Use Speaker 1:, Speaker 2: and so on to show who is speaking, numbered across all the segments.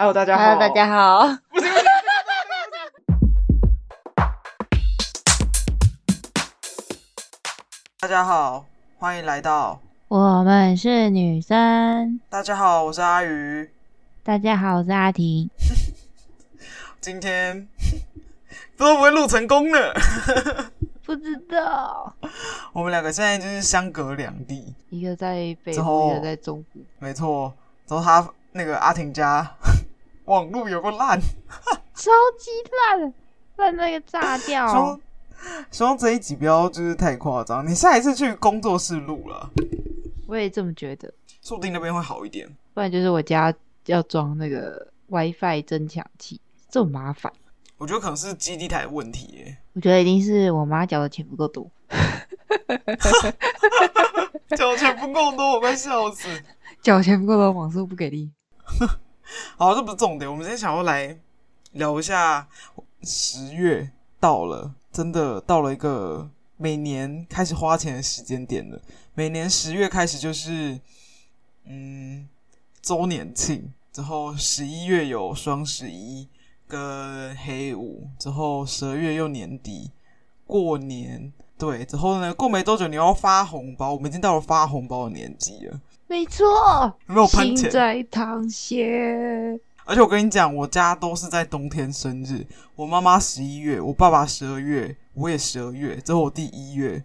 Speaker 1: Hello，大家好。
Speaker 2: Hello，大家好。
Speaker 1: 大家好，欢迎来到。
Speaker 2: 我们是女生。
Speaker 1: 大家好，我是阿鱼。
Speaker 2: 大家好，我是阿婷。
Speaker 1: 今天不知道会不会录成功呢？
Speaker 2: 不知道，
Speaker 1: 我们两个现在就是相隔两地，
Speaker 3: 一个在北
Speaker 1: 之
Speaker 3: 部，
Speaker 1: 后
Speaker 3: 一个在中部。
Speaker 1: 没错。然后他那个阿婷家 网路有个烂，
Speaker 2: 超级烂，烂那个炸
Speaker 3: 哦
Speaker 1: 希
Speaker 2: 掉
Speaker 1: 望。希望这一集不要就是太夸张。你下一次去工作室录了，
Speaker 3: 我也这么觉得，
Speaker 1: 说不定那边会好一点。
Speaker 3: 不然就是我家要装那个 WiFi 增强器，这么麻烦。
Speaker 1: 我觉得可能是基地台的问题耶、
Speaker 2: 我觉得一定是我妈缴的钱不够多，
Speaker 1: 缴钱不够多，我快笑死。
Speaker 3: 缴钱不够多，网速不给力。
Speaker 1: 好，这不是重点，我们今天想要来聊一下十月到了，真的到了一个每年开始花钱的时间点了。每年十月开始就是嗯周年庆，之后十一月有双十一跟黑五，之后十二月又年底过年，对，之后呢过没多久你要发红包，我们已经到了发红包的年纪了，
Speaker 2: 没错，
Speaker 1: 有没有喷
Speaker 3: 心
Speaker 1: 钱？
Speaker 3: 在淌血，
Speaker 1: 而且我跟你讲，我家都是在冬天生日，我妈妈十一月，我爸爸十二月，我也十二月，之后我弟一月。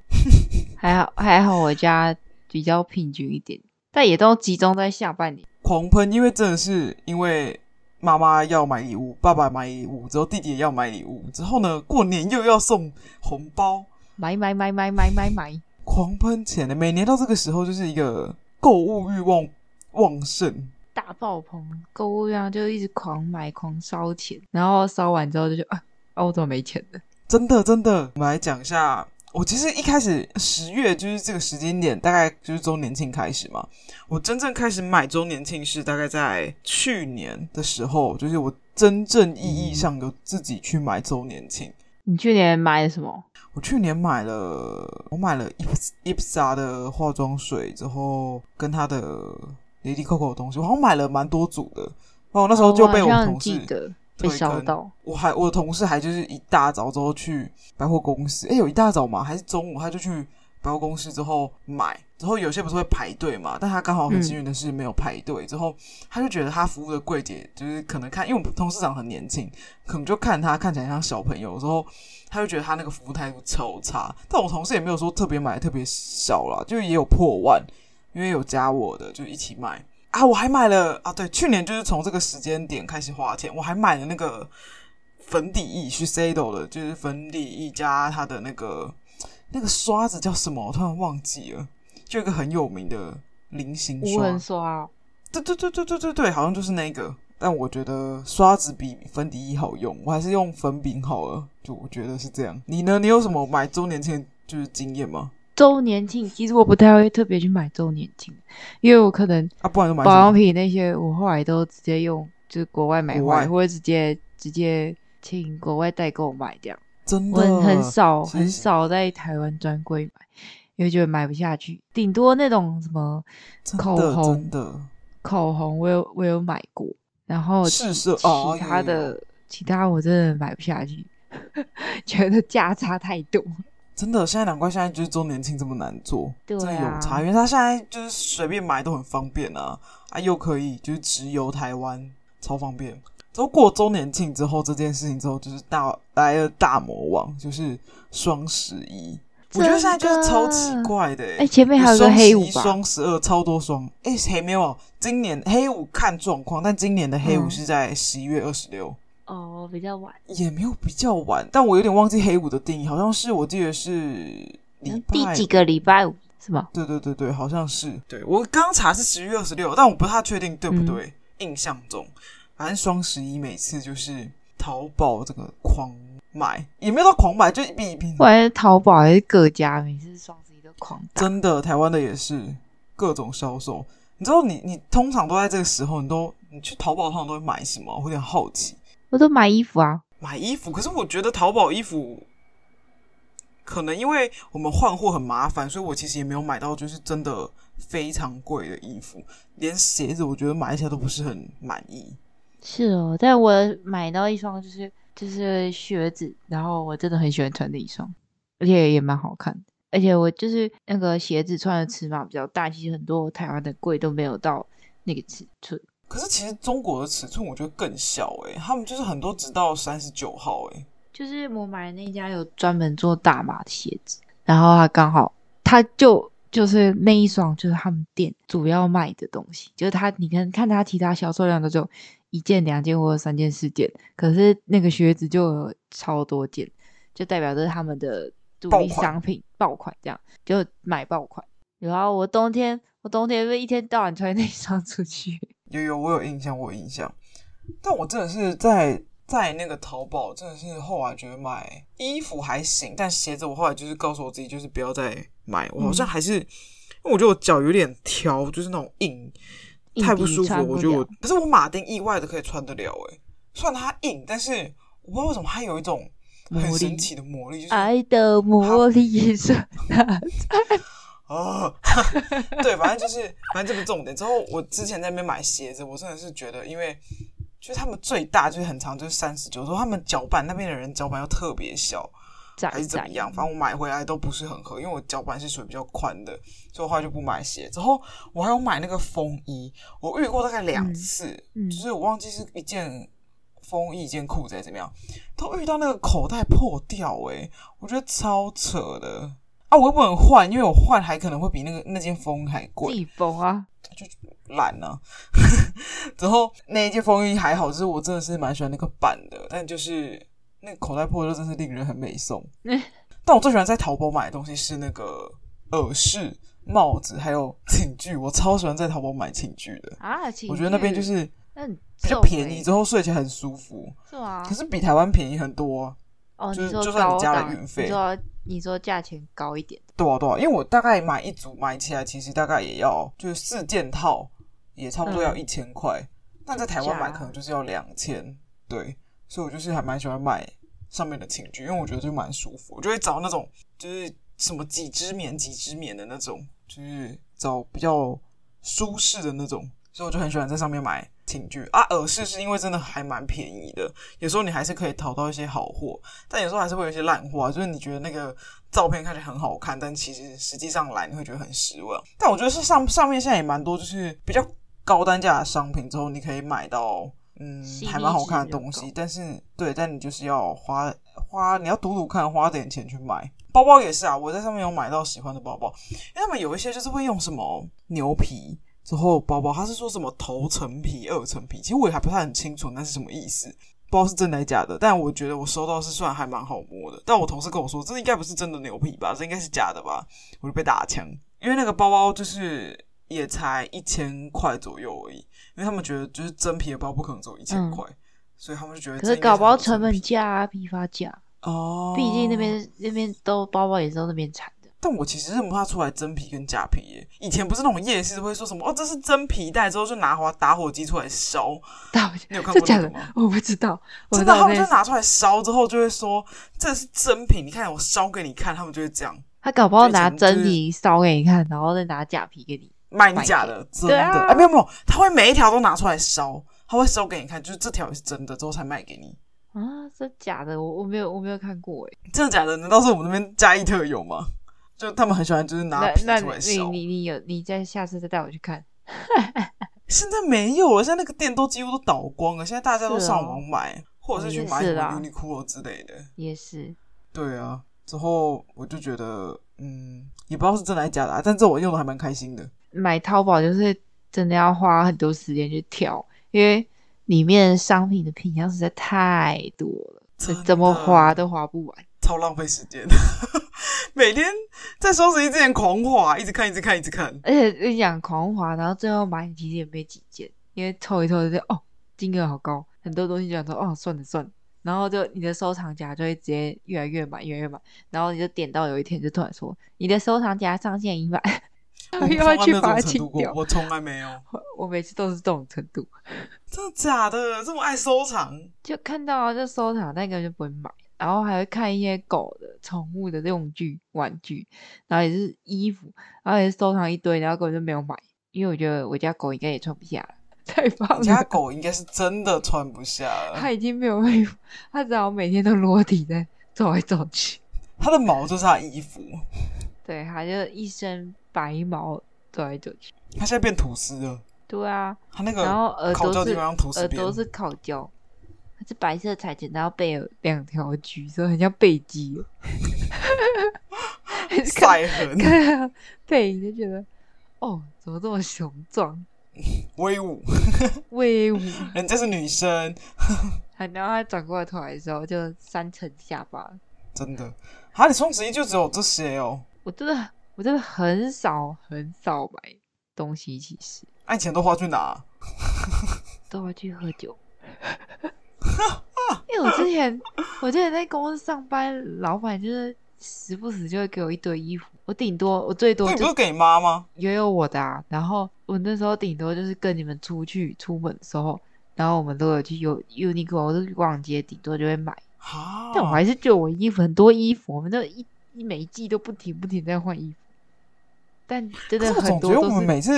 Speaker 3: 还好还好，我家比较平均一点，但也都集中在下半年。
Speaker 1: 狂喷，因为真的是因为妈妈要买礼物，爸爸买礼物，之后弟弟也要买礼物，之后呢，过年又要送红包，
Speaker 3: 买买买买买买买，
Speaker 1: 狂喷钱的。欸每年到这个时候就是一个购物欲望旺盛，
Speaker 3: 大爆棚，购物量就一直狂买狂烧钱，然后烧完之后就觉得啊啊，我怎么没钱了？
Speaker 1: 真的真的。我们来讲一下，我其实一开始十月就是这个时间点，大概就是周年庆开始嘛。我真正开始买周年庆是大概在去年的时候，就是我真正意义上有自己去买周年庆。
Speaker 3: 你去年买了什么？
Speaker 1: 我去年买了，我买了 Ips- Ipsa 的化妆水，之后跟它的 Lady Coco 的东西，我好像买了蛮多组的。然后我那时候就被
Speaker 3: 哦好
Speaker 1: 我
Speaker 3: 像
Speaker 1: 同事、
Speaker 3: 记得被
Speaker 1: 推
Speaker 3: 烧
Speaker 1: 坑
Speaker 3: 到，
Speaker 1: 我还我的同事还就是一大早之后去百货公司，诶，有一大早嘛，还是中午他就去百货公司之后买，之后有些不是会排队嘛，但他刚好很幸运的是没有排队，之后他就觉得他服务的柜姐就是可能看，因为我们同事长很年轻，可能就看他看起来像小朋友，之后他就觉得他那个服务态度超差，但我同事也没有说特别买得特别少啦，就也有破万，因为有加我的就一起买。啊，我还买了啊，对，去年就是从这个时间点开始花钱，我还买了那个粉底液 Shiseido 的，就是粉底液加它的那个那个刷子叫什么？我突然忘记了，就一个很有名的菱形
Speaker 3: 无
Speaker 1: 刷
Speaker 3: 人，刷、哦，
Speaker 1: 对对对对对对对，好像就是那个。但我觉得刷子比粉底液好用，我还是用粉饼好了。就我觉得是这样。你呢？你有什么买周年庆就是经验吗？
Speaker 3: 周年庆，其实我不太会特别去买周年庆，因为我可能
Speaker 1: 啊，不然就买什
Speaker 3: 保养
Speaker 1: 么？
Speaker 3: 品那些，我后来都直接用就是国外买
Speaker 1: 国
Speaker 3: 回来，
Speaker 1: 外
Speaker 3: 或者直接直接请国外代购买这样。
Speaker 1: 真
Speaker 3: 我
Speaker 1: 的
Speaker 3: 很很少
Speaker 1: 是
Speaker 3: 很少在台湾专柜买，因为觉得买不下去，顶多那种什么
Speaker 1: 真
Speaker 3: 口
Speaker 1: 的
Speaker 3: 红
Speaker 1: 真的
Speaker 3: 口红，我有我有买过，然后
Speaker 1: 试色哦
Speaker 3: 其他
Speaker 1: 有有
Speaker 3: 的、其他我真的买不下去， 觉得价差太多。
Speaker 1: 真的，现在难怪现在就是周年庆这么难做，
Speaker 2: 对啊
Speaker 1: 真的有差，因为他现在就是随便买都很方便啊，啊又可以就是直邮台湾，超方便。之后过周年庆之后，这件事情之后就是大来了大魔王，就是双十一。我觉得现在就是超奇怪的、欸，
Speaker 2: 哎、前面还有个
Speaker 1: 双十
Speaker 2: 黑五
Speaker 1: 一
Speaker 2: 吧？
Speaker 1: 双十二超多双，哎、还没有。今年黑五看状况，但今年的黑五
Speaker 3: 嗯
Speaker 1: 是在十一月二十六，
Speaker 2: 哦，比较晚，
Speaker 1: 也没有比较晚，但我有点忘记黑五的定义，好像是我记得是礼拜
Speaker 2: 第几个礼拜五？
Speaker 3: 是吗？
Speaker 1: 对对对对，好像是。对我刚查是十一月二十六，但我不太确定对不对。印象中，反正双十一每次就是淘宝这个狂买，也没有到狂买，就比平
Speaker 3: 不管是淘宝还是各家，每次双十一都狂打。
Speaker 1: 真的台湾的也是各种销售。你知道你你通常都在这个时候，你都你去淘宝通常都会买什么？我有点好奇。
Speaker 3: 我都买衣服啊，
Speaker 1: 买衣服，可是我觉得淘宝衣服可能因为我们换货很麻烦，所以我其实也没有买到就是真的非常贵的衣服，连鞋子我觉得买起来都不是很满意。
Speaker 3: 是哦，但我买到一双就是就是靴子，然后我真的很喜欢穿的一双，而且也蛮好看的。而且我就是那个鞋子穿的尺码比较大，其实很多台湾的柜都没有到那个尺寸。
Speaker 1: 可是其实中国的尺寸我觉得更小诶、他们就是很多只到三十九号欸诶、
Speaker 3: 就是我买的那家有专门做大码的鞋子，然后他刚好他就就是那一双就是他们店主要卖的东西，就是他你看看他其他销售量都只有一件、两件或者三件、四件，可是那个靴子就有超多件，就代表这是他们的主
Speaker 1: 爆
Speaker 3: 力
Speaker 1: 款
Speaker 3: 商品爆款，这样就买爆款。然后我冬天我冬天会一天到晚穿那一双出 去，
Speaker 1: 有有，我有印象，我有印象。但我真的是在在那个淘宝，真的是后来觉得买衣服还行，但鞋子我后来就是告诉我自己，就是不要再买。我好
Speaker 3: 嗯
Speaker 1: 像还是，因为我觉得我脚有点挑，就是那种硬，
Speaker 3: 硬
Speaker 1: 太
Speaker 3: 底
Speaker 1: 不舒服
Speaker 3: 穿
Speaker 1: 了。
Speaker 3: 不
Speaker 1: 我觉得我
Speaker 3: 了
Speaker 1: 可是我马丁意外的可以穿得了、欸，虽然它硬，但是我不知道为什么它有一种很
Speaker 3: 魔力哎
Speaker 1: 神奇的魔力，就是
Speaker 3: 爱的魔力是 那
Speaker 1: 哦， 对，反正就是，反正这不是重点。之后我之前在那边买鞋子，我真的是觉得，因为就是他们最大就是很长，就是三十九，说他们脚板那边的人脚板又特别小，
Speaker 3: 窄
Speaker 1: 还是怎
Speaker 3: 窄
Speaker 1: 么样，反正我买回来都不是很合，因为我脚板是属于比较宽的，所以我后来就不买鞋。之后我还有买那个风衣，我遇过大概两次，
Speaker 3: 嗯嗯
Speaker 1: 就是我忘记是一件风衣、一件裤子还是怎么样，都遇到那个口袋破掉、欸，我觉得超扯的。啊，我又不能换，因为我换还可能会比那个那件风还
Speaker 3: 自
Speaker 1: 贵，
Speaker 3: 己缝啊。
Speaker 1: 懒 呢、之后那一件风衣还好，就是我真的是蛮喜欢那个版的，但就是那个口袋破就真是令人很 美颂。
Speaker 3: 嗯
Speaker 1: 但我最喜欢在淘宝买的东西是那个耳饰、帽子，还有寝具。我超喜欢在淘宝买寝具的，
Speaker 3: 啊，寝
Speaker 1: 我觉得那边就
Speaker 3: 具
Speaker 1: 是
Speaker 3: 那很
Speaker 1: 比
Speaker 3: 重
Speaker 1: 较便
Speaker 3: 欸
Speaker 1: 宜，之后睡起来很舒服，
Speaker 3: 是吗？
Speaker 1: 可是比台湾便宜很多、啊。
Speaker 3: 哦，
Speaker 1: 就
Speaker 3: 你
Speaker 1: 是
Speaker 3: 说
Speaker 1: 就算你
Speaker 3: 高
Speaker 1: 加了
Speaker 3: 档
Speaker 1: 运费
Speaker 3: 你说你说价钱高一点，
Speaker 1: 对啊对啊，因为我大概买一组买起来，其实大概也要就是四件套，也差不多要
Speaker 3: 嗯
Speaker 1: 一千块。但在台湾买
Speaker 3: 假
Speaker 1: 可能就是要两千，对，所以我就是还蛮喜欢买上面的寝具，因为我觉得就蛮舒服。我就会找那种就是什么几支棉、几支棉的那种，就是找比较舒适的那种，所以我就很喜欢在上面买寝具啊。耳饰是因为真的还蛮便宜的，有时候你还是可以淘到一些好货，但有时候还是会有一些烂货啊，就是你觉得那个照片看起来很好看，但其实实际上来你会觉得很失望。但我觉得是上上面现在也蛮多，就是比较高单价的商品之后，你可以买到嗯
Speaker 3: CP
Speaker 1: 还蛮好看的东
Speaker 3: 值比较
Speaker 1: 西
Speaker 3: 高，
Speaker 1: 但是对，但你就是要花花你要赌赌看，花点钱去买。包包也是啊，我在上面有买到喜欢的包包，因为他们有一些就是会用什么牛皮。之后包包，他是说什么头层皮、二层皮，其实我也还不太很清楚那是什么意思。不知道是真的还是假的，但我觉得我收到是算还蛮好摸的。但我同事跟我说，这应该不是真的牛皮吧，这应该是假的吧，我就被打枪。因为那个包包就是也才一千块左右而已，因为他们觉得就是真皮的包不可能只有一千块，所以他们就觉得
Speaker 3: 嗯可
Speaker 1: 这
Speaker 3: 是
Speaker 1: 应该
Speaker 3: 搞
Speaker 1: 是
Speaker 3: 不好
Speaker 1: 合成
Speaker 3: 成本
Speaker 1: 品
Speaker 3: 价啊，批发价，
Speaker 1: 哦，
Speaker 3: 毕竟那。边那边都包包也是都那边产的，
Speaker 1: 但我其实认不太出来真皮跟假皮耶。以前不是那种夜市会说什么哦，这是真皮带，之后就拿火打火机出来烧。
Speaker 3: 到
Speaker 1: 你有看
Speaker 3: 这
Speaker 1: 过
Speaker 3: 假
Speaker 1: 那个
Speaker 3: 的
Speaker 1: 吗？
Speaker 3: 我不知道，我知
Speaker 1: 真的，他
Speaker 3: 道
Speaker 1: 们就
Speaker 3: 那
Speaker 1: 拿出来烧之后，就会说这是真品，你看我烧给你看，他们就会这样
Speaker 3: 他搞不好
Speaker 1: 就以前
Speaker 3: 拿
Speaker 1: 就
Speaker 3: 真
Speaker 1: 是
Speaker 3: 皮烧给你看，然后再拿假皮给你，
Speaker 1: 卖你假的，真的。
Speaker 3: 对啊
Speaker 1: 哎、没有没有，他会每一条都拿出来烧，他会烧给你看，就是这条也是真的，之后才卖给你。
Speaker 3: 啊，这假的，我我没有我没有看过哎，
Speaker 1: 真的假的？难道是我们那边嘉义特有吗？就他们很喜欢，就是拿
Speaker 3: 那
Speaker 1: 皮
Speaker 3: 那
Speaker 1: 出来
Speaker 3: 你
Speaker 1: 烧。
Speaker 3: 你你有你再下次再带我去看，
Speaker 1: 现在没有了，现在那个店都几乎都倒光了，现在大家都
Speaker 3: 是哦嗯
Speaker 1: 上网买，或者是去买
Speaker 3: 也
Speaker 1: 什
Speaker 3: 是啦
Speaker 1: 么 Uniqlo 之类的。
Speaker 3: 也是
Speaker 1: 对啊，之后我就觉得，嗯，也不知道是真的还是假的、啊，但这我用的还蛮开心的。
Speaker 3: 买淘宝就是真的要花很多时间去挑，因为里面商品的品相实在太多了，这
Speaker 1: 真的
Speaker 3: 怎么花都花不完。
Speaker 1: 超浪费时间，每天在双十一之前狂滑，一直看，一直看，一直看。
Speaker 3: 而且跟你讲狂花，然后最后买其实也没几件，因为凑一凑就哦，金额好高，很多东西就想说哦，算了算了，然后就你的收藏夹就会直接越来越满，越来越满，然后你就点到有一天就突然说你的收藏夹上限已满，
Speaker 1: 我
Speaker 3: 又
Speaker 1: 从
Speaker 3: 要
Speaker 1: 来没
Speaker 3: 去
Speaker 1: 有这
Speaker 3: 把它
Speaker 1: 种程
Speaker 3: 清
Speaker 1: 度过
Speaker 3: 掉，。
Speaker 1: 我从来没有，
Speaker 3: 我我每次都是这种程度，
Speaker 1: 真的假的？这么爱收藏，
Speaker 3: 就看到啊就收藏，但根本就不会买。然后还会看一些狗的、宠物的用具、玩具，然后也是衣服，然后也是收藏一堆，然后根本就没有买，因为我觉得我家狗应该也穿不下了。太棒
Speaker 1: 你家
Speaker 3: 了！
Speaker 1: 狗应该是真的穿不下了，
Speaker 3: 它已经没有衣服，它只好每天都裸体在走来走 去。
Speaker 1: 它的毛就是它的衣服，
Speaker 3: 对，它就一身白毛走来走去。
Speaker 1: 它现在变吐司了，
Speaker 3: 对啊，
Speaker 1: 它那
Speaker 3: 然后
Speaker 1: 个
Speaker 3: 耳
Speaker 1: 烤
Speaker 3: 朵
Speaker 1: 焦
Speaker 3: 是
Speaker 1: 地方吐司
Speaker 3: 耳
Speaker 1: 边，
Speaker 3: 朵是烤焦，它是白色裁剪，然后背有两条橘色，很像背肌。 看
Speaker 1: 晒痕
Speaker 3: 看到背影就觉得，哦，怎么这么雄壮
Speaker 1: 威武，
Speaker 3: 威武？
Speaker 1: 人家是女生，
Speaker 3: 还然后他转过头来的时候，就三层下巴。
Speaker 1: 真的。啊哈，你双十一就只有这些哦，
Speaker 3: 我真的，我真的很少很少买东西，其实
Speaker 1: 爱啊钱都花去哪？
Speaker 3: 都要去喝 酒。因为我之前，我之前在公司上班，老板就是时不时就会给我一堆衣服，我顶多我最多
Speaker 1: 那你不
Speaker 3: 就是
Speaker 1: 给你妈吗？
Speaker 3: 也有我的啊。然后我那时候顶多就是跟你们出去出门的时候，然后我们都有去有 Uniqlo 或者逛街，顶多就会买。
Speaker 1: 哈，
Speaker 3: 但我还是觉得我衣服很多衣服，我们都一一每一季都不停不停在换衣服。但真
Speaker 1: 可
Speaker 3: 的
Speaker 1: 是我
Speaker 3: 很
Speaker 1: 总
Speaker 3: 多
Speaker 1: 觉
Speaker 3: 都
Speaker 1: 得我
Speaker 3: 是
Speaker 1: 们每次，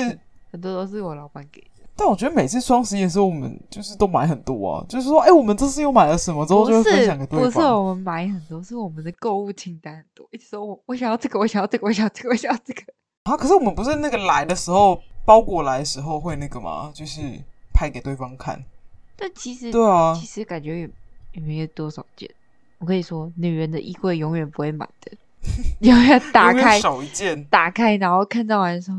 Speaker 3: 很多都是我老板给的，
Speaker 1: 但我觉得每次双十一的时候，我们就是都买很多啊，就是说，哎、我们这次又买了什么，之后
Speaker 3: 不
Speaker 1: 就会分
Speaker 3: 是
Speaker 1: 享给对
Speaker 3: 不
Speaker 1: 方。
Speaker 3: 是哦我们买很多，是我们的购物清单很多，一直说我我想要这个，我想要这个，我想要这个，我想要这个。
Speaker 1: 啊，可是我们不是那个来的时候，包裹来的时候会那个吗？就是拍给对方看。
Speaker 3: 但其实
Speaker 1: 对啊，
Speaker 3: 其实感觉也也没有多少件。我跟你说，女人的衣柜永远不会满的， 永远打
Speaker 1: 永远
Speaker 3: 开
Speaker 1: 少一件，
Speaker 3: 打开，然后看到完说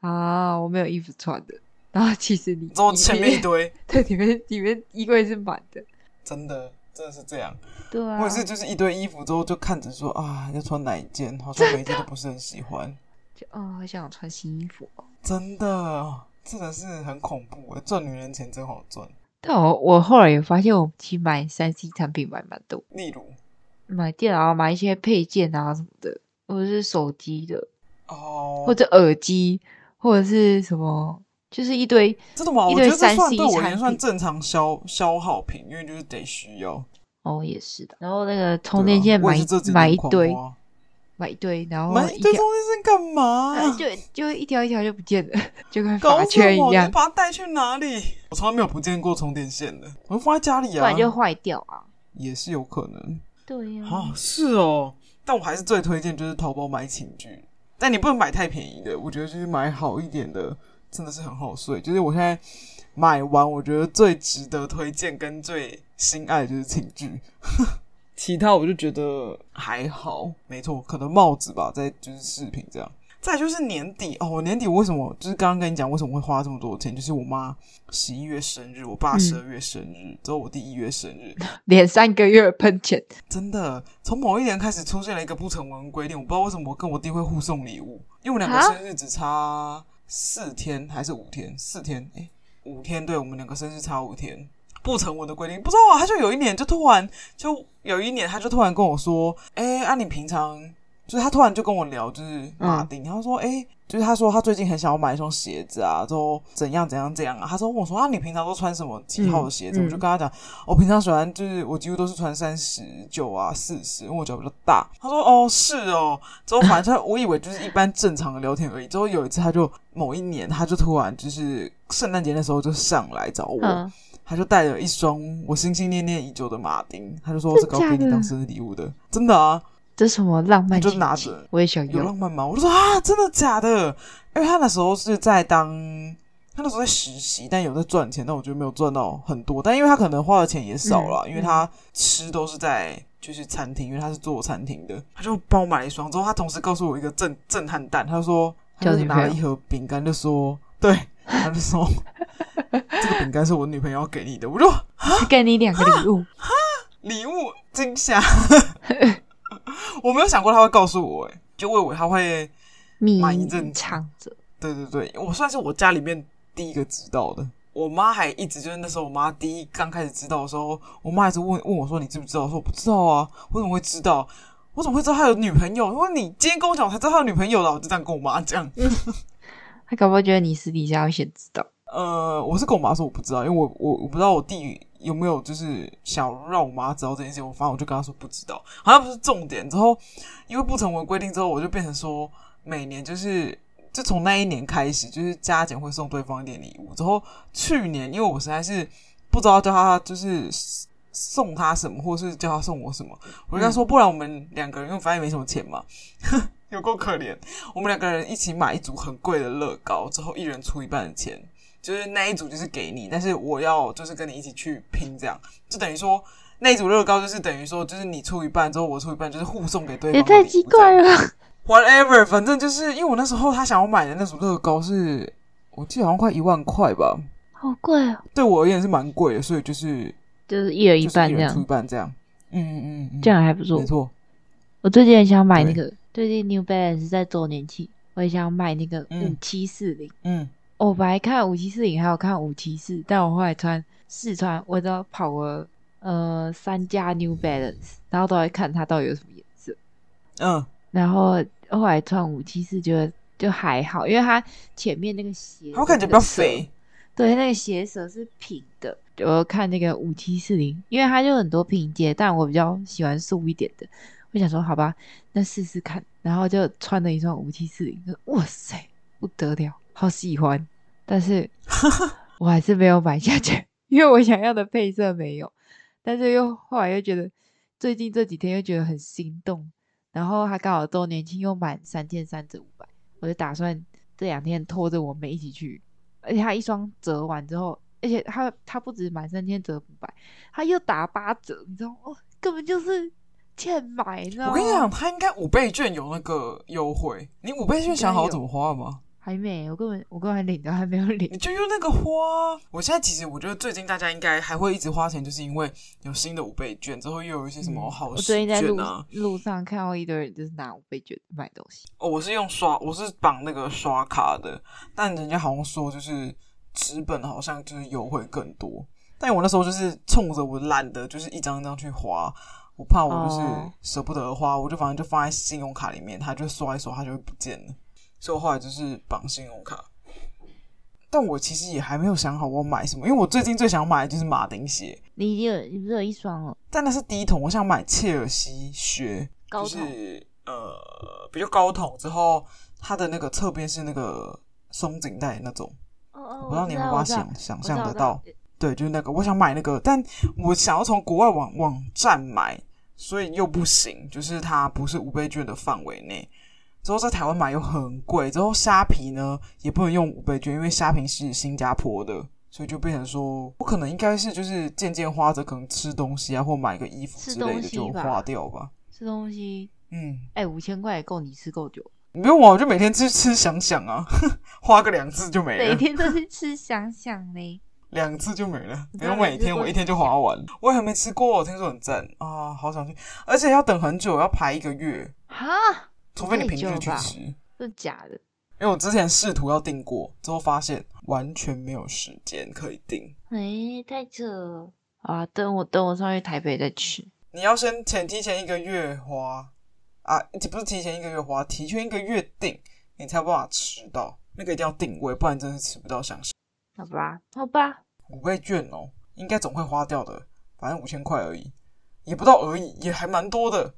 Speaker 3: 啊，我没有衣服穿的。 然后其实你
Speaker 1: 之后
Speaker 3: 你
Speaker 1: 前
Speaker 3: 你
Speaker 1: 面 一堆，
Speaker 3: 对，里面里面衣柜是满的。
Speaker 1: 真的真的是这样。
Speaker 3: 对啊
Speaker 1: 我也是，就是一堆衣服之后就看着说啊，要穿哪一件，好像每一件都不是很喜欢，
Speaker 3: 就哦，好想穿新衣服、哦。
Speaker 1: 真的真的是很恐怖。欸赚女人钱真好赚，
Speaker 3: 但我我后来有发现，我其实买三 C 产品买蛮多，
Speaker 1: 例如
Speaker 3: 买电脑啊，买一些配件啊什么的，或者是手机的，
Speaker 1: 哦，
Speaker 3: 或者耳机，或者是什么，就是一堆。
Speaker 1: 真的吗？我
Speaker 3: 一
Speaker 1: 觉
Speaker 3: 堆
Speaker 1: 得这算
Speaker 3: 3C
Speaker 1: 对我也
Speaker 3: 产
Speaker 1: 算
Speaker 3: 品
Speaker 1: 正常消消耗品，因为就是得需要。
Speaker 3: 哦，也是的。然后哦那个
Speaker 1: 对
Speaker 3: 充电
Speaker 1: 啊
Speaker 3: 线
Speaker 1: 我
Speaker 3: 买
Speaker 1: 也
Speaker 3: 一、
Speaker 1: 是这几
Speaker 3: 买
Speaker 1: 年
Speaker 3: 一
Speaker 1: 狂
Speaker 3: 堆，
Speaker 1: 花
Speaker 3: 买一堆，然后
Speaker 1: 买一
Speaker 3: 一
Speaker 1: 堆啊
Speaker 3: 条
Speaker 1: 东，西是干嘛？
Speaker 3: 呃 就就一条一条就不见了， 就跟
Speaker 1: 搞
Speaker 3: 发
Speaker 1: 什
Speaker 3: 圈
Speaker 1: 么
Speaker 3: 一样
Speaker 1: 你，把它带去哪里？我从来没有不见过充电线的，我就放在家里
Speaker 3: 不
Speaker 1: 啊
Speaker 3: 然，就坏掉啊。
Speaker 1: 也是有可能。
Speaker 3: 对呀、
Speaker 1: 哦，是哦，但我还是最推荐就是淘宝买寝具，但你不能买太便宜的，我觉得就是买好一点的，真的是很好睡。就是我现在买完，我觉得最值得推荐跟最心爱的就是寝具， 其他我就觉得还好。没错，可能帽子吧，再就是饰品这样。再来就是年底哦，我年底为什么就是刚刚跟你讲为什么会花这么多钱？就是我妈十一月生日，我爸
Speaker 3: 嗯
Speaker 1: 十二月生日，之后我弟一月生日，
Speaker 3: 连三个月喷钱，
Speaker 1: 真的，从某一年开始出现了一个不成文规定，我不知道为什么我跟我弟会互送礼物，因为我们两个
Speaker 3: 啊
Speaker 1: 生日只差四天还是五天？四天，诶，五天，对我们两个生日差五天，不成文的规定，不知道啊。他就有一年就突然就有一年，他就突然跟我说，诶，啊，你平常就是他突然就跟我聊，就是马丁，他说，诶，就是他说他最近很想要买一双鞋子啊，之后怎样怎样怎样啊，他说问我说啊，你平常都穿什么几号的鞋子？
Speaker 3: 嗯嗯
Speaker 1: 我就跟他讲。我平常喜欢就是我几乎都是穿三十九啊四十，因为我脚比较大。他说哦是哦，之后反正他我以为就是一般正常的聊天而已。之后有一次他就某一年他就突然就是圣诞节那时候就上来找我，
Speaker 3: 嗯，
Speaker 1: 他就带了一双我心心念念已久的马丁，他就说这
Speaker 3: 真
Speaker 1: 个我给
Speaker 3: 假
Speaker 1: 你
Speaker 3: 的
Speaker 1: 当生日礼物的，真的啊，
Speaker 3: 这什么浪漫
Speaker 1: 就
Speaker 3: 情
Speaker 1: 拿
Speaker 3: 景
Speaker 1: 着
Speaker 3: 我也想
Speaker 1: 有
Speaker 3: 要
Speaker 1: 浪漫吗？我就说啊真的假的？因为他那时候是在当。他那时候在实习，但有在赚钱，但我觉得没有赚到很多。但因为他可能花的钱也少了，
Speaker 3: 嗯
Speaker 1: 因为他吃都是在就是餐厅，因为他是做餐厅的，他就帮我买了一双。之后他同时告诉我一个震震撼弹，他说他
Speaker 3: 交
Speaker 1: 就
Speaker 3: 女
Speaker 1: 拿了
Speaker 3: 朋
Speaker 1: 一盒饼干，就说 对，他就说这个饼干是我女朋友要给你的。我就
Speaker 3: 他给你两个礼
Speaker 1: 啊
Speaker 3: 物，
Speaker 1: 礼物惊吓， 我没有想过他会告诉我、欸，就我以为他会，
Speaker 3: 密
Speaker 1: 买一阵子
Speaker 3: 唱着，
Speaker 1: 对对对，我算是我家里面第一个知道的。我妈还一直就是那时候，我妈第一刚开始知道的时候，我妈一直问问我说：“你知不知道？”我说：“我不知道啊，我怎么会知道？我怎么会知道他有女朋友？”我说：“你今天跟我讲，我才知道他有女朋友了。”我就这样跟我妈讲。
Speaker 3: 他搞不好觉得你私底下会先知道，
Speaker 1: 呃，我是跟我妈说我不知道，因为我我我不知道我弟有没有就是想让我妈知道这件事，我反正我就跟她说不知道，好像不是重点。之后因为不成文规定之后，我就变成说每年就是就从那一年开始，就是加减会送对方一点礼物。之后去年，因为我实在是不知道叫他就是送他什么，或是叫他送我什么，我就跟他说，不然我们两个人，因为反正也没什么钱嘛， 有够可怜。我们两个人一起买一组很贵的乐高，之后一人出一半的钱，就是那一组就是给你，但是我要就是跟你一起去拼，这样就等于说。那一组乐高就是等于说，就是你出一半之后我出一半，就是互送给对方。
Speaker 2: 也太奇怪了吧。
Speaker 1: whatever，反正就是因为我那时候他想要买的那组乐高是，我记得好像快一万块吧，
Speaker 2: 好贵哦，
Speaker 1: 对我而言是蛮贵的，所以就是
Speaker 3: 就是一人一半
Speaker 1: 就是
Speaker 3: 这
Speaker 1: 人出一
Speaker 3: 样，
Speaker 1: 半这样，嗯嗯嗯，
Speaker 3: 这样还不错
Speaker 1: 没。错，
Speaker 3: 我最近很想买那个，最近 New Balance 在周年庆，我也想买那个
Speaker 1: 嗯
Speaker 3: 五七四零。哦
Speaker 1: 嗯，
Speaker 3: 我本来看五七四零，还有看五七四，但我后来穿试穿，我都跑了呃三家 New Balance，然后都在看它到底有什么颜色。
Speaker 1: 嗯
Speaker 3: 然后后来穿五七四，觉得就还好，因为它前面那个鞋，
Speaker 1: 他感觉比较，肥，
Speaker 3: 对，那个鞋舌是平的。我看那个五七四零，因为它就很多平接，但我比较喜欢素一点的。我想说，好吧，那试试看。然后就穿了一双五七四零，哇塞，不得了，好喜欢。但 是我还是没有买下去，因为我想要的配色没有。但是又后来又觉得，最近这几天又觉得很心动。然后他刚好周年庆又满三千三折五百，我就打算这两天拖着我妹一起去。而且他一双折完之后，而且他他不止满三千折五百，他又打八折，你知道吗？哦，根本就是欠买，你知道吗？
Speaker 1: 我跟你讲，他应该五倍券有那个优惠，你五倍券想好怎么花了吗？
Speaker 3: 还没，我根本我根本还领到还没有领
Speaker 1: 你。 就用那个花。我现在其实我觉得最近大家应该还会一直花钱，就是因为有新的五倍券，之后又有一些什么
Speaker 3: 嗯
Speaker 1: 好
Speaker 3: 我
Speaker 1: 事
Speaker 3: 最近在
Speaker 1: 券
Speaker 3: 路、
Speaker 1: 啊。
Speaker 3: 路上看到一堆人就是拿五倍券买东西，
Speaker 1: 哦，我是用刷，我是绑那个刷卡的，但人家好像说就是纸本好像就是优惠更多，但我那时候就是冲着我懒得就是一张一张去花，我怕我就是
Speaker 3: 哦
Speaker 1: 舍不得花，我就反正就放在信用卡里面，它就刷一刷它就会不见了，所以我后来就是绑信用卡。但我其实也还没有想好我买什么，因为我最近最想买的就是马丁鞋，
Speaker 3: 你已经有你不是有一双哦了？
Speaker 1: 但那是低筒，我想买切尔西靴，
Speaker 3: 高
Speaker 1: 就
Speaker 3: 筒
Speaker 1: 是呃比较高筒，之后它的那个侧边是那个松紧带的那种，
Speaker 2: 哦哦，
Speaker 1: 我
Speaker 2: 我
Speaker 1: 不知道你有没有
Speaker 2: 我
Speaker 1: 办法
Speaker 2: 知道
Speaker 1: 想想
Speaker 3: 我知
Speaker 1: 象
Speaker 3: 道
Speaker 1: 得
Speaker 3: 我知道
Speaker 1: 到，对，就是那个，我想买那个，但我想要从国外网网站买，所以又不行，就是它不是五倍券的范围内。之后在台湾买又很贵，之后虾皮呢也不能用五倍券，因为虾皮是新加坡的，所以就变成说我可能应该是就是渐渐花着，可能吃东西啊或买个衣服
Speaker 3: 吃
Speaker 1: 之类
Speaker 3: 东
Speaker 1: 的
Speaker 3: 西
Speaker 1: 就
Speaker 3: 吧
Speaker 1: 花掉吧。
Speaker 3: 吃东西，
Speaker 1: 嗯，
Speaker 3: 哎、五千块也够你吃够久，
Speaker 1: 不用啊，我就每天吃吃想想啊， 花个两次就 没
Speaker 3: 每
Speaker 1: 了，
Speaker 3: 天都是吃想想 嘞。
Speaker 1: 两次就没了。
Speaker 3: 你知
Speaker 1: 然
Speaker 3: 道
Speaker 1: 后每
Speaker 3: 两次
Speaker 1: 天
Speaker 3: 过
Speaker 1: 我一
Speaker 3: 去
Speaker 1: 天就花完，我也还没吃过，听说很赞啊，好想去，而且要等很久，要排一个月，
Speaker 2: 哈，
Speaker 1: 除非你
Speaker 3: 太
Speaker 1: 平
Speaker 3: 久
Speaker 1: 日
Speaker 3: 了
Speaker 1: 去
Speaker 3: 吧
Speaker 1: 吃。
Speaker 3: 是假的，
Speaker 1: 因为我之前试图要订过，之后发现完全没有时间可以订。
Speaker 2: 哎、太扯了，
Speaker 3: 好啊，等我等我上去台北再吃。
Speaker 1: 你要先前提前一个月花啊，不是提前一个月花，提前一个月订，你才有办法吃到。那个一定要定位，不然真是吃不到想吃。
Speaker 3: 好吧，好吧，
Speaker 1: 五倍券哦，应该总会花掉的，反正五千块而已，也不到而已，也还蛮多的。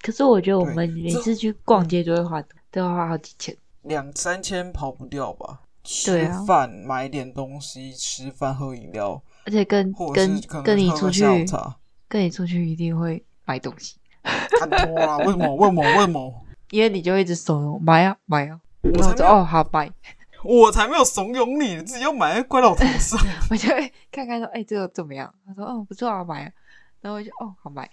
Speaker 3: 可是我觉得我
Speaker 1: 对
Speaker 3: 们每
Speaker 1: 这嗯
Speaker 3: 次去逛街都会花，都要花好几千。
Speaker 1: 两三千跑不掉吧？吃
Speaker 3: 对啊
Speaker 1: 饭、买点东西，吃饭喝饮料，
Speaker 3: 而且跟
Speaker 1: 或者
Speaker 3: 跟
Speaker 1: 是可
Speaker 3: 跟
Speaker 1: 能
Speaker 3: 你
Speaker 1: 喝
Speaker 3: 出
Speaker 1: 个
Speaker 3: 去
Speaker 1: 下午，茶。
Speaker 3: 跟你出去一定会买东西，
Speaker 1: 看多啦，啊为什么？为什么？为什么？
Speaker 3: 因为你就会一直怂恿我买啊买啊，
Speaker 1: 我
Speaker 3: 然
Speaker 1: 才
Speaker 3: 后我就
Speaker 1: 没有
Speaker 3: 哦好买，
Speaker 1: 我才没有怂恿你，你自己要买怪到我头 上。
Speaker 3: 我就会看看说哎、这个怎么样？他说哦不错啊买啊，然后我就哦好买。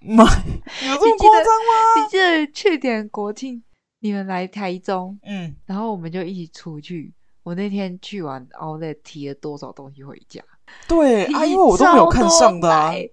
Speaker 1: 买有这
Speaker 3: 你
Speaker 1: 么
Speaker 3: 记得
Speaker 1: 夸张吗？
Speaker 3: 你记得去年国庆你们来台中，
Speaker 1: 嗯，
Speaker 3: 然后我们就一起出去。我那天去完 Outlet 提了多少东西回家？
Speaker 1: 对啊，因为我都没有看上的啊
Speaker 3: 超多。买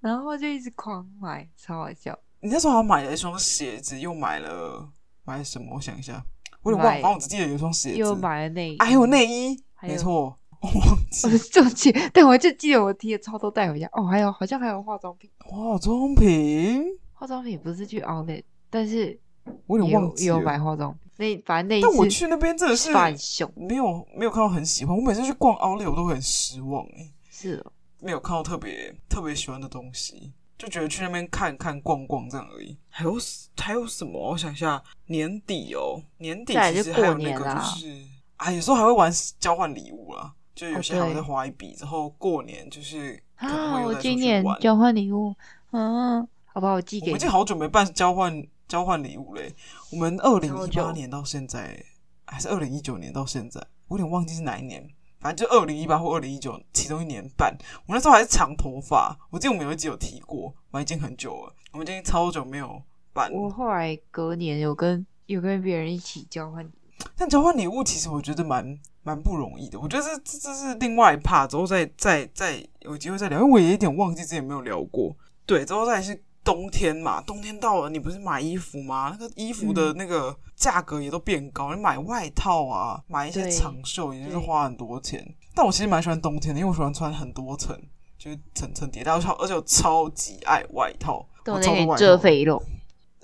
Speaker 3: 然后就一直狂买，超好笑。
Speaker 1: 你那时候还买了一双鞋子，又买了买什么？我想一下，我有点忘了，
Speaker 3: 买
Speaker 1: 反正我只记得有一双鞋
Speaker 3: 又
Speaker 1: 子，
Speaker 3: 买了内衣，
Speaker 1: 啊，还有内衣，
Speaker 3: 还有
Speaker 1: 没错， 我忘
Speaker 3: 我
Speaker 1: 记
Speaker 3: 是这种钱，但我就记得我提了超多带回家。哦，还有好像还有化妆品，
Speaker 1: 化妆品，
Speaker 3: 化妆品不是去 Outlet，但是
Speaker 1: 我有点忘
Speaker 3: 有
Speaker 1: 记
Speaker 3: 有
Speaker 1: 了
Speaker 3: 买。化妆品。那反正那一次，
Speaker 1: 但我去那边真的是
Speaker 3: 反熊
Speaker 1: 没有没有看到很喜欢，我每次去逛奥莱我都会很失望哎、
Speaker 3: 是哦，
Speaker 1: 没有看到特别特别喜欢的东西，就觉得去那边看看逛逛这样而已。还有 s- 还有什么？我想一下，年底哦，年底
Speaker 3: 再来
Speaker 1: 其
Speaker 3: 就
Speaker 1: 实还有
Speaker 3: 过
Speaker 1: 那
Speaker 3: 年
Speaker 1: 个
Speaker 3: 啦
Speaker 1: 就是啊，有时候还会玩交换礼物啦，就有
Speaker 3: 哦
Speaker 1: 些还会
Speaker 3: 对
Speaker 1: 再花一笔，之后过年就是可能
Speaker 3: 啊！
Speaker 1: 会又
Speaker 3: 我
Speaker 1: 再出
Speaker 3: 今
Speaker 1: 去
Speaker 3: 年
Speaker 1: 玩
Speaker 3: 交换礼物，嗯，好吧，我寄
Speaker 1: 我
Speaker 3: 给
Speaker 1: 们已
Speaker 3: 你
Speaker 1: 经。好久没办交换交换礼物嘞、我们二零
Speaker 3: 超
Speaker 1: 一
Speaker 3: 久
Speaker 1: 八年到现在，还是二零一九年到现在，我有点忘记是哪一年。反正就二零一八或二零一九其中一年半，我那时候还是长头发。我记得我们有一集有提过，我已经很久了，我们已经超久没有办。
Speaker 3: 我后来隔年有跟有跟别人一起交换礼物，
Speaker 1: 但交换礼物其实我觉得蛮蛮不容易的，我觉得这这这是另外一 part，之后再再再有机会再聊，因为我也有点忘记之前有没有聊过。对，之后再来是冬天嘛，冬天到了，你不是买衣服吗？那个衣服
Speaker 3: 嗯
Speaker 1: 的那个价格也都变高，你买外套啊，买一些
Speaker 3: 对
Speaker 1: 长袖，也就是
Speaker 3: 对
Speaker 1: 花很多钱。但我其实蛮喜欢冬天的，因为我喜欢穿很多层，就是层层叠叠，而且而且我超级爱外套，我
Speaker 3: 都
Speaker 1: 哦超
Speaker 3: 能给
Speaker 1: 多外
Speaker 3: 遮
Speaker 1: 套。
Speaker 3: 肥 肉，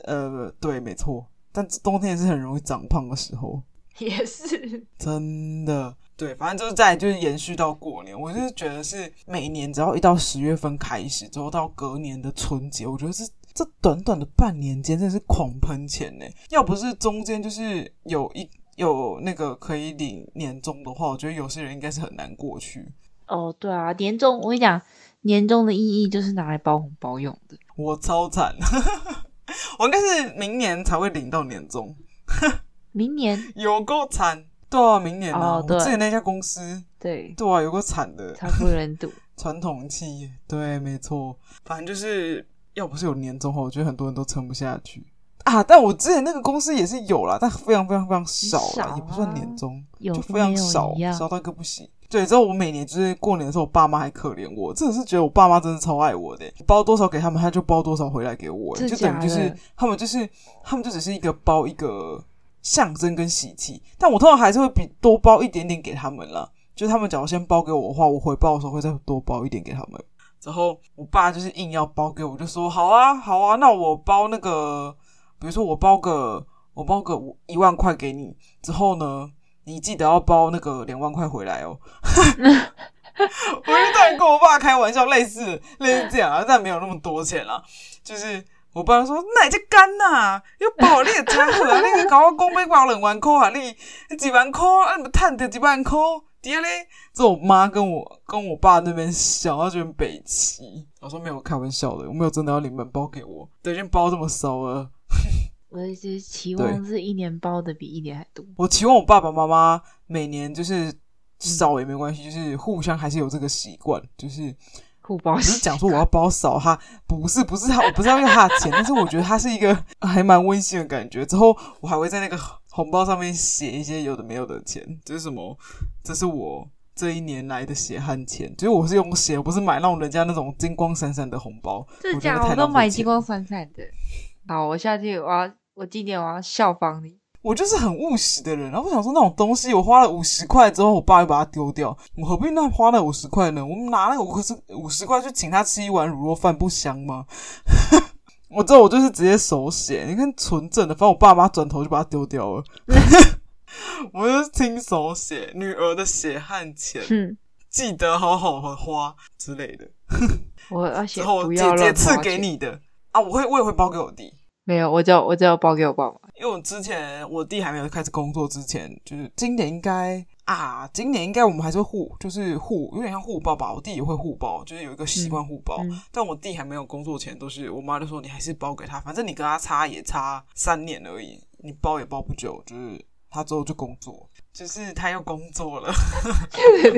Speaker 1: 呃，对，没错，但冬天也是很容易长胖的时候。
Speaker 3: 也是。
Speaker 1: 真的，对，反正就是在就是延续到过年，我就是觉得是每年只要一到十月份开始，之后到隔年的春节，我觉得是这短短的半年间真的是狂喷钱呢。要不是中间就是有一有那个可以领年终的话，我觉得有些人应该是很难过去。
Speaker 3: 哦，对啊，年终我跟你讲，年终的意义就是拿来包红包用的。
Speaker 1: 我超惨， 我应该是明年才会领到年终，
Speaker 3: 明年
Speaker 1: 有够惨。对啊，明年啊，
Speaker 3: 哦
Speaker 1: 我
Speaker 3: 对
Speaker 1: 之前那家公司，
Speaker 3: 对，
Speaker 1: 对啊，有够惨的。
Speaker 3: 惨不忍 睹。
Speaker 1: 传统企业，对，没错，反正就是要不是有年终后，我觉得很多人都撑不下去啊。但我之前那个公司也是有啦，但非常非常非常少
Speaker 3: 很
Speaker 1: 啦，
Speaker 3: 少啊
Speaker 1: 也不算年终，
Speaker 3: 有
Speaker 1: 就非常少
Speaker 3: 跟没有一，样
Speaker 1: 少到一个不行。对，之后我每年就是过年的时候，我爸妈还可怜我，真的是觉得我爸妈真的超爱我的，包多少给他们，他就包多少回来给我，
Speaker 3: 真
Speaker 1: 就
Speaker 3: 假
Speaker 1: 等于就是
Speaker 3: 的
Speaker 1: 他们就是他们就只是一个包一个象征跟喜气，但我通常还是会比多包一点点给他们啦。就是他们假如先包给我的话，我回报的时候会再多包一点给他们。之后我爸就是硬要包给我，我就说好啊，好啊，那我包那个，比如说我包个我包个五一万块给你，之后呢，你记得要包那个两万块回来哦。 我就当然跟我爸开玩笑，类似类似这样啊，但没有那么多钱啦，就是。我爸就说：“那你这干呐？要包你的家伙，你搞我讲要包两万块啊！你几万块，啊，你赚得几万块，底下嘞，这我妈跟我跟我爸那边笑，他觉得北齐。我说没有开玩笑的，我没有真的要你们包给我，都已经包这么啊熟了。
Speaker 3: 我一直期望是一年包的比一年还多。
Speaker 1: 我期望我爸爸妈妈每年就是少也没关系，就是互相还是有这个习惯，就是
Speaker 3: 互包
Speaker 1: 不是讲说我要包少他，不是不是他，我不是要用他的钱，但是我觉得他是一个还蛮温馨的感觉。之后我还会在那个红包上面写一些有的没有的钱，就是什么，这是我这一年来的血汗钱，就是我是用血，我不是买那种人家那种金光闪闪的红包。
Speaker 3: 这
Speaker 1: 觉得
Speaker 3: 假
Speaker 1: 太
Speaker 3: 我都
Speaker 1: 浪费
Speaker 3: 买
Speaker 1: 钱
Speaker 3: 金光闪闪的。好，我下次我要，我今年我要效仿你。
Speaker 1: 我就是很务实的人，然后我想说那种东西，我花了五十块之后，我爸会把它丢掉，我何必那花那五十块呢？我们拿那个五十五十块去请他吃一碗卤肉饭，不香吗？我知道，我就是直接手写，你看纯正的，反正我爸妈转头就把它丢掉了。 我就是亲手写，女儿的血汗钱，
Speaker 3: 哼，
Speaker 1: 记得好好的花之类的。
Speaker 3: 我要写
Speaker 1: 之后
Speaker 3: 不
Speaker 1: 姐
Speaker 3: 要
Speaker 1: 姐
Speaker 3: 乱
Speaker 1: 赐
Speaker 3: 花
Speaker 1: 给
Speaker 3: 钱。
Speaker 1: 你的啊，我会我也会包给我弟。
Speaker 3: 没有，我只有我只有包给我爸妈。
Speaker 1: 因为我之前我弟还没有开始工作之前，就是今年应该啊，今年应该我们还是会互，就是互有点像互报吧。我弟也会互报，就是有一个习惯互报。
Speaker 3: 嗯 嗯
Speaker 1: 但我弟还没有工作前，都是我妈就说你还是包给他，反正你跟他差也差三年而已，你包也包不久，就是他之后就工作，就是他要工作了，
Speaker 3: 好
Speaker 1: 不是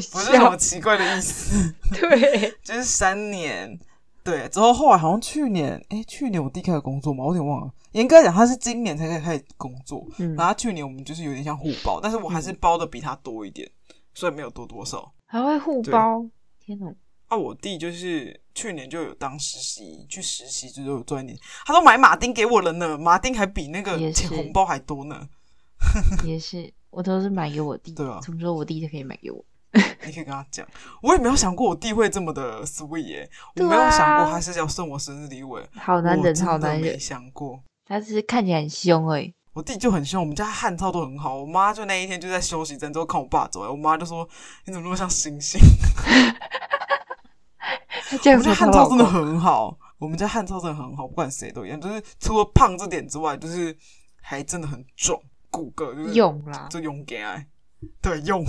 Speaker 1: 什么
Speaker 3: 笑，
Speaker 1: 奇怪的意思。
Speaker 3: 对，
Speaker 1: 就是三年。对，之后后来好像去年，哎，去年我弟开始工作嘛，我有点忘了。严格来讲，他是今年才开始开始工作，
Speaker 3: 嗯
Speaker 1: 然后他去年我们就是有点像互包，但是我还是包的比他多一点，所以没有多多少。
Speaker 3: 还会互
Speaker 1: 对
Speaker 3: 包。天哪，
Speaker 1: 啊，我弟就是去年就有当实习，去实习就有赚一点，他都买马丁给我了呢，马丁还比那个
Speaker 3: 也是
Speaker 1: 钱红包还多呢。
Speaker 3: 也是，我都是买给我弟。
Speaker 1: 对啊
Speaker 3: 什么时候我弟就可以买给我？
Speaker 1: 你可以跟他讲，我也没有想过我弟会这么的 sweet 耶、我
Speaker 3: 对啊
Speaker 1: 没有想过他是要送我生日礼物耶、
Speaker 3: 好
Speaker 1: 我
Speaker 3: 男人，
Speaker 1: 真
Speaker 3: 好
Speaker 1: 的
Speaker 3: 男
Speaker 1: 没
Speaker 3: 人，
Speaker 1: 想过。
Speaker 3: 他只是看起来很凶而已。
Speaker 1: 我弟就很凶，我们家汉操都很好。我妈就那一天就在休息站之后看我爸走来，我妈就说：“你怎么那么像猩猩
Speaker 3: 他这？”
Speaker 1: 我
Speaker 3: 样
Speaker 1: 们
Speaker 3: 才
Speaker 1: 家汉
Speaker 3: 讨
Speaker 1: 操
Speaker 3: 老
Speaker 1: 真的
Speaker 3: 公
Speaker 1: 很好，我们家汉超真的很好，不管谁都一样，就是除了胖这点之外，就是还真的很壮，骨骼就是
Speaker 3: 用啦，
Speaker 1: 就勇敢哎，对，用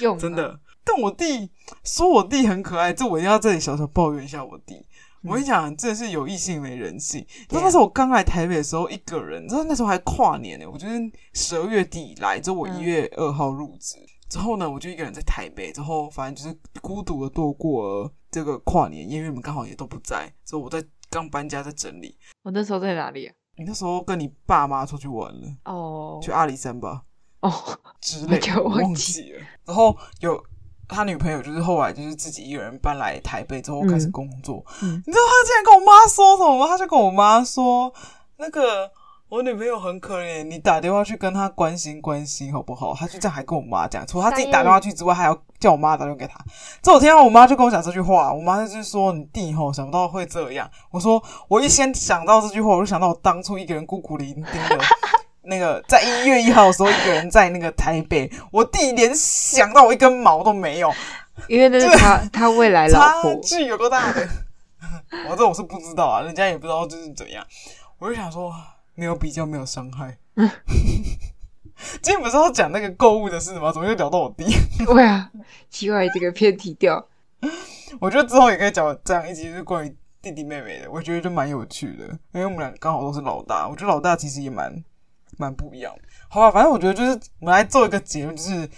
Speaker 3: 用啦
Speaker 1: 真，的。但我弟说我弟很可爱，这我一定要这里小小抱怨一下我弟。我跟你讲，真的是有异性没人性。你知道那时候我刚来台北的时候，一个人，你知道那时候还跨年呢、我就是十二月底来，之后我
Speaker 3: 嗯
Speaker 1: 一月二号入职，之后呢，我就一个人在台北，之后反正就是孤独的度过了这个跨年，因为你们刚好也都不在，所以我在刚搬家在整理。
Speaker 3: 我那时候在哪里啊？
Speaker 1: 你那时候跟你爸妈出去玩了，
Speaker 3: 哦
Speaker 1: 去阿里山吧？
Speaker 3: 哦，
Speaker 1: 之类的，
Speaker 3: 我就
Speaker 1: 我
Speaker 3: 忘记
Speaker 1: 忘记了。然后有他女朋友，就是后来就是自己一个人搬来台北之后
Speaker 3: 嗯
Speaker 1: 开始工作。
Speaker 3: 嗯
Speaker 1: 你知道他竟然跟我妈说什么吗？他就跟我妈说，那个我女朋友很可怜，你打电话去跟她关心关心好不好？他就这样还跟我妈讲，除了他自己打电话去之外，还要叫我妈打电话给他。之后我听到我妈就跟我讲这句话，我妈就是说你弟吼想不到会这样。我说我一先想到这句话，我就想到我当初一个人孤苦伶仃的。那个在一月一号的时候，一个人在那个台北，我弟连想到我一根毛都没有，
Speaker 3: 因为那是 他他未来老
Speaker 1: 差
Speaker 3: 婆，
Speaker 1: 距有多大的？ 我这我是不知道啊，人家也不知道就是怎样。我就想说，没有比较，没有 伤害。今天不是要讲那个购物的事吗？怎么又聊到我弟？
Speaker 3: 对啊，奇怪，这个偏题掉。
Speaker 1: 我觉得之后也可以讲这样一集，就是关于弟弟妹妹的，我觉得就蛮有趣的，因为我们俩刚好都是老大，我觉得老大其实也蛮蛮不一样的。好吧，反正我觉得就是我们来做一个结论，就是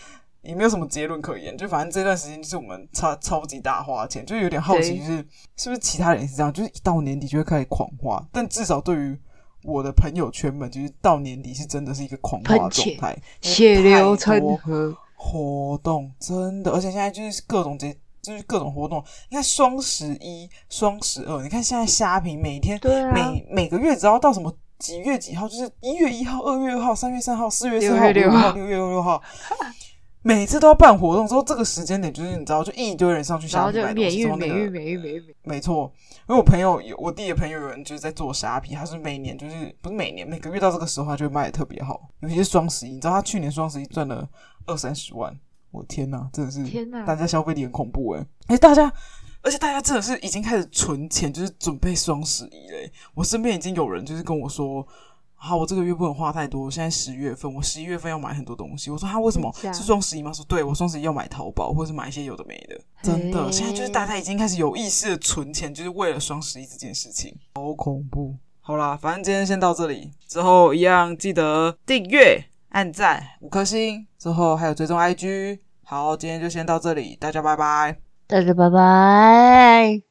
Speaker 1: 也没有什么结论可言，就反正这段时间就是我们超超级大花钱，就有点好奇，
Speaker 3: 对
Speaker 1: 就是是不是其他人也是这样，就是一到年底就会开始狂花，但至少对于。我的朋友圈们就是到年底是真的是一个狂花
Speaker 3: 喷
Speaker 1: 状
Speaker 3: 钱
Speaker 1: 态，
Speaker 3: 血流
Speaker 1: 哎
Speaker 3: 成
Speaker 1: 太多
Speaker 3: 河，
Speaker 1: 活动，真的，而且现在就是各种节，就是各种活动。你看双十一、双十二，你看现在虾皮每天、
Speaker 2: 对啊，
Speaker 1: 每每个月只要到什么几月几号，就是一月一号、二月二号、三月三号、四月四号、
Speaker 3: 6
Speaker 1: 五
Speaker 3: 月
Speaker 1: 月
Speaker 3: 6
Speaker 1: 五
Speaker 3: 号
Speaker 1: 号、六月六号，每次都要办活动。之后这个时间点就是你知道，就一堆人上去
Speaker 3: 然
Speaker 1: 虾
Speaker 3: 后
Speaker 1: 皮
Speaker 3: 就
Speaker 1: 买东
Speaker 3: 免
Speaker 1: 西，
Speaker 3: 疫
Speaker 1: 之后那
Speaker 3: 免
Speaker 1: 个
Speaker 3: 疫免疫免疫，免
Speaker 1: 没错，因为我朋友有我弟的朋友有人就是在做虾皮，他是每年就是不是每年每个月到这个时候他就会卖的特别好，尤其是双十一，你知道他去年双十一赚了二三十万，我天哪，真的是
Speaker 3: 疫天哪！
Speaker 1: 大家消费力很恐怖哎、哎、大家，而且大家真的是已经开始存钱，就是准备双十一嘞、我身边已经有人就是跟我说。好，啊我这个月不能花太多。我现在十月份，我十一月份要买很多东西。我说他为什么
Speaker 3: 真假
Speaker 1: 是双十一吗？说对，我双十一要买淘宝，或者是买一些有的没的。真的，
Speaker 3: 嘿
Speaker 1: 现在就是大家已经开始有意识的存钱，就是为了双十一这件事情。好恐怖。好啦，反正今天先到这里，之后一样记得订阅、按赞五颗星，之后还有追踪 IG。好，今天就先到这里，大家拜拜。
Speaker 2: 大家拜拜。